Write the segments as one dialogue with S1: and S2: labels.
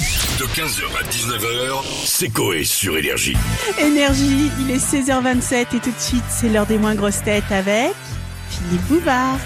S1: De 15h à 19h, c'est Coé sur Énergie.
S2: Énergie, il est 16h27 et tout de suite, c'est l'heure des moins grosses têtes avec Philippe Bouvard.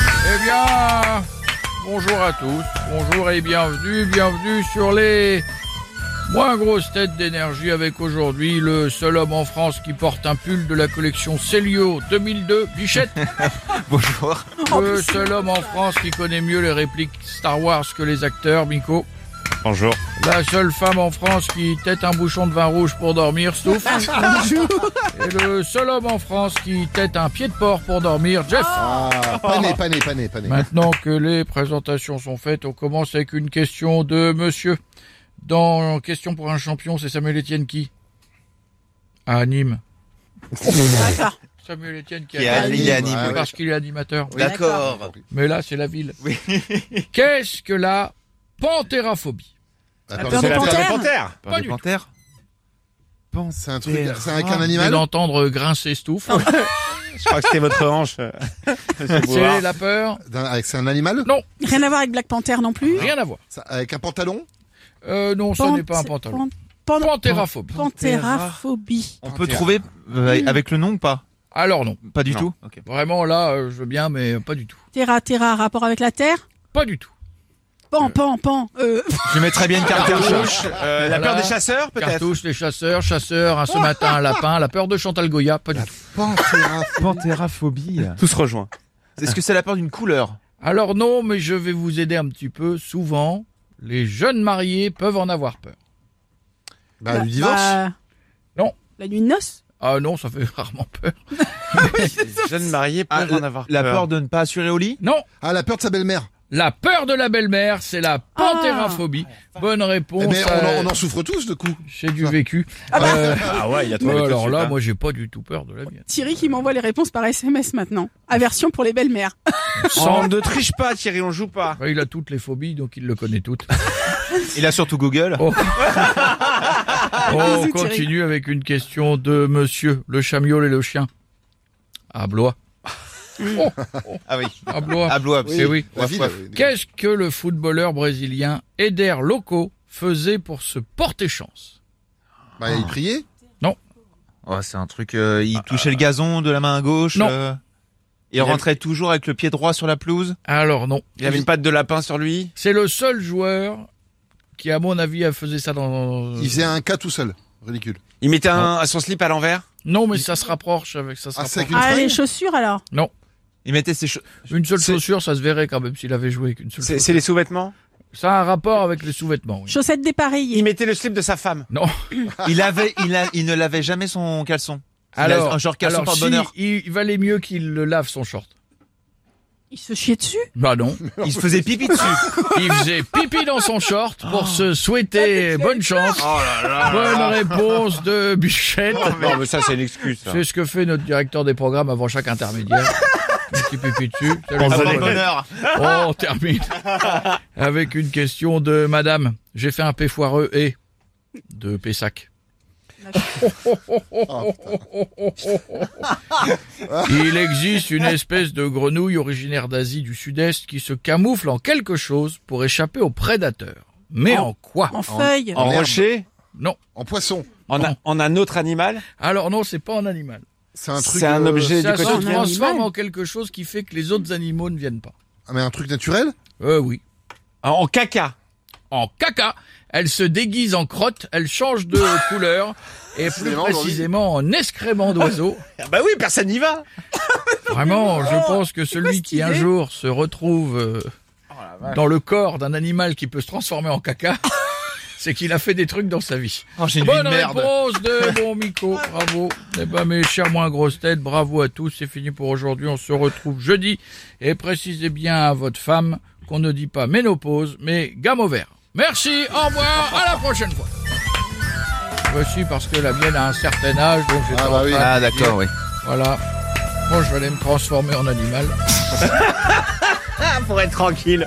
S3: Eh bien, bonjour à tous, bonjour et bienvenue, bienvenue sur les moins grosses têtes d'énergie avec aujourd'hui le seul homme en France qui porte un pull de la collection Célio 2002, Bichette.
S4: Bonjour.
S2: Oh,
S3: Le seul homme en France qui connaît mieux les répliques Star Wars que les acteurs, Miko.
S4: Bonjour.
S3: La seule femme en France qui tête un bouchon de vin rouge pour dormir, Stouff. Et le seul homme en France qui tête un pied de porc pour dormir, Jeff.
S5: Ah, pané, pané, pané, pané.
S3: Maintenant que les présentations sont faites, on commence avec une question de monsieur. Dans Question pour un champion, c'est Samuel Etienne qui À Nîmes.
S2: D'accord.
S3: Samuel Etienne qui
S4: Qui est
S3: a
S4: à-
S5: Anime,
S4: il est à Nîmes,
S5: ouais,
S4: oui.
S5: ouais.
S3: parce qu'il est animateur.
S2: d'accord.
S4: D'accord.
S3: Mais là, c'est la ville.
S4: Oui.
S3: Qu'est-ce que la panthéraphobie
S5: Attends,
S2: peur
S5: c'est-
S2: des
S6: la
S2: panthères.
S6: panthères.
S3: Pas du tout.
S4: panthères.
S5: C'est un truc, c'est avec
S4: Ah,
S5: un
S3: C'est
S5: animal.
S3: d'entendre grincer stouffe.
S6: Je crois que c'était votre hanche, euh, monsieur
S3: c'est
S6: Bouvard.
S3: la peur.
S5: d'un- Avec c'est un animal.
S2: Rien à voir avec Black Panther non plus.
S3: Rien à voir.
S5: Ça- Avec un pantalon.
S3: Euh, non, ce
S2: Pan-
S3: n'est pas un pantalon.
S2: Pan- pan-
S3: Panthéraphobie.
S2: Panthéraphobie.
S4: On peut trouver euh, avec le nom ou pas
S3: Alors non.
S4: Pas du
S6: Non.
S4: tout. Ok.
S3: Vraiment, là, euh, je veux bien, mais pas du tout.
S2: Terra, Terra, rapport avec la Terre
S3: Pas du tout.
S2: Pan, pan, pan. Euh,
S4: Je mettrais bien une carte cartouche.
S6: Euh, la
S3: Voilà.
S6: peur des chasseurs, peut-être
S3: Cartouche, les chasseurs, chasseurs, un ce matin, un lapin, la peur de Chantal Goya, pas du tout.
S5: Panthéraphobie.
S4: Panthéraphobie.
S6: Tout se rejoint.
S4: Est-ce que c'est la peur d'une couleur
S3: Alors non, mais je vais vous aider un petit peu. Souvent, les jeunes mariés peuvent en avoir peur.
S5: Bah, le divorce.
S2: bah,
S3: Non.
S2: La nuit de noces
S3: Ah non, ça fait rarement peur.
S6: Les jeunes mariés peuvent en avoir
S4: Ah, La
S6: peur.
S4: peur de ne pas assurer au lit
S3: Non,
S5: Ah, la peur de sa belle-mère.
S3: la peur de la belle-mère, c'est la
S6: Ah.
S3: panthéraphobie. Bonne réponse.
S5: Eh ben, on,
S3: euh,
S5: en, on en souffre tous, de coup.
S3: C'est du vécu. Euh,
S6: Ah ouais, il y a trouvé
S3: ouais,
S6: tout de
S3: alors
S6: suite,
S3: là,
S6: hein.
S3: moi, j'ai pas du tout peur de la mienne.
S2: Thierry qui m'envoie les réponses par SMS maintenant. Aversion pour les belles-mères.
S3: Sans-
S4: Oh.
S6: On ne triche pas, Thierry, on joue pas.
S3: Il a toutes les phobies, donc il le connaît toutes.
S4: Il a surtout Google.
S3: Oh. on
S6: Ah,
S2: Bisous, Thierry.
S3: continue avec une question de monsieur, le chamiol et le chien. À Blois. Oh,
S4: Ah oui.
S3: à Blois.
S4: À Blois.
S3: Eh oui.
S5: La ville, euh,
S3: Qu'est-ce que le footballeur brésilien Eder Loco faisait pour se porter chance
S5: Bah, il priait.
S4: Oh, c'est un truc. euh, il touchait le gazon de la main gauche.
S3: Non.
S4: euh, il
S6: avait-
S4: rentrait toujours avec le pied droit sur la pelouse.
S3: Alors non,
S6: Il avait une patte de lapin sur lui.
S3: c'est le seul joueur qui, à mon avis, a faisait ça dans.
S5: Il faisait un cas tout seul. Ridicule.
S6: Il mettait un, son slip à l'envers.
S3: Non, mais ça se rapproche avec ça. Se
S5: Ah, c'est
S3: rapproche.
S5: avec une
S2: Ah, les
S5: fringue.
S2: chaussures alors
S4: Il mettait ses. che-
S3: Une seule
S4: c'est-
S3: chaussure, ça se verrait quand même s'il avait joué qu'une seule.
S6: C'est
S3: chaussure.
S6: c'est les sous-vêtements.
S3: Ça a un rapport avec les sous-vêtements. oui.
S2: Chaussettes
S6: Il
S2: dépareillées.
S6: mettait le slip de sa femme.
S3: Non.
S4: Il avait. Il a. Il ne lavait jamais son caleçon. Il a
S3: Alors,
S4: un genre caleçon
S3: alors
S4: par
S3: si,
S4: bonheur.
S3: il valait mieux qu'il le lave son short.
S2: Il se chiait dessus
S3: Bah non.
S4: Il se faisait pipi dessus.
S3: Il faisait pipi dans son short pour se souhaiter bonne chance. Bonne réponse de Bichette.
S6: Non, mais ça, c'est une excuse. ça.
S3: C'est ce que fait notre directeur des programmes avant chaque intermédiaire. Un petit pipi dessus. Ça lui
S4: Avant
S3: va.
S4: le bonheur.
S3: Oh, on termine avec une question de madame. J'ai fait un P foireux et de Pessac. Il existe une espèce de grenouille originaire d'Asie du Sud-Est qui se camoufle en quelque chose pour échapper aux prédateurs. Mais
S2: En-
S3: en quoi
S2: En feuille
S6: En
S5: Merde.
S6: rocher
S3: Non.
S5: En poisson.
S6: en, un- en un autre animal
S3: Alors non, c'est pas un animal.
S5: C'est un truc.
S6: C'est un
S5: euh,
S6: objet du
S3: Ça se
S2: un
S6: quotidien.
S2: animal.
S3: transforme en quelque chose qui fait que les autres animaux ne viennent pas.
S5: ah, mais un truc naturel.
S3: Euh oui.
S6: En, en caca.
S3: en caca. Elle se déguise en crotte, elle change de couleur et plus
S5: vraiment
S3: précisément en excrément d'oiseau.
S6: Ah Bah oui, personne n'y va.
S3: Vraiment, je pense que celui
S2: Oh, cette
S3: qui un
S2: idée Oh,
S3: jour se retrouve euh, dans le corps d'un animal qui peut se transformer en caca, c'est qu'il a fait des trucs dans sa vie.
S4: Oh, j'ai une vie
S3: Bonne
S4: de merde.
S3: réponse de bon Miko, bravo. Eh ben mes chers moins grosses têtes, bravo à tous, c'est fini pour aujourd'hui, on se retrouve jeudi et précisez bien à votre femme qu'on ne dit pas ménopause mais gamme au vert. Merci, au revoir, à la prochaine fois. Voici parce que la mienne a un certain âge donc j'ai
S5: Ah,
S3: pas
S5: bah
S3: en
S5: oui.
S3: train de
S4: Ah
S3: dire,
S4: d'accord, oui.
S3: Voilà. Moi je vais aller me transformer en animal.
S6: Ah, pour être tranquille.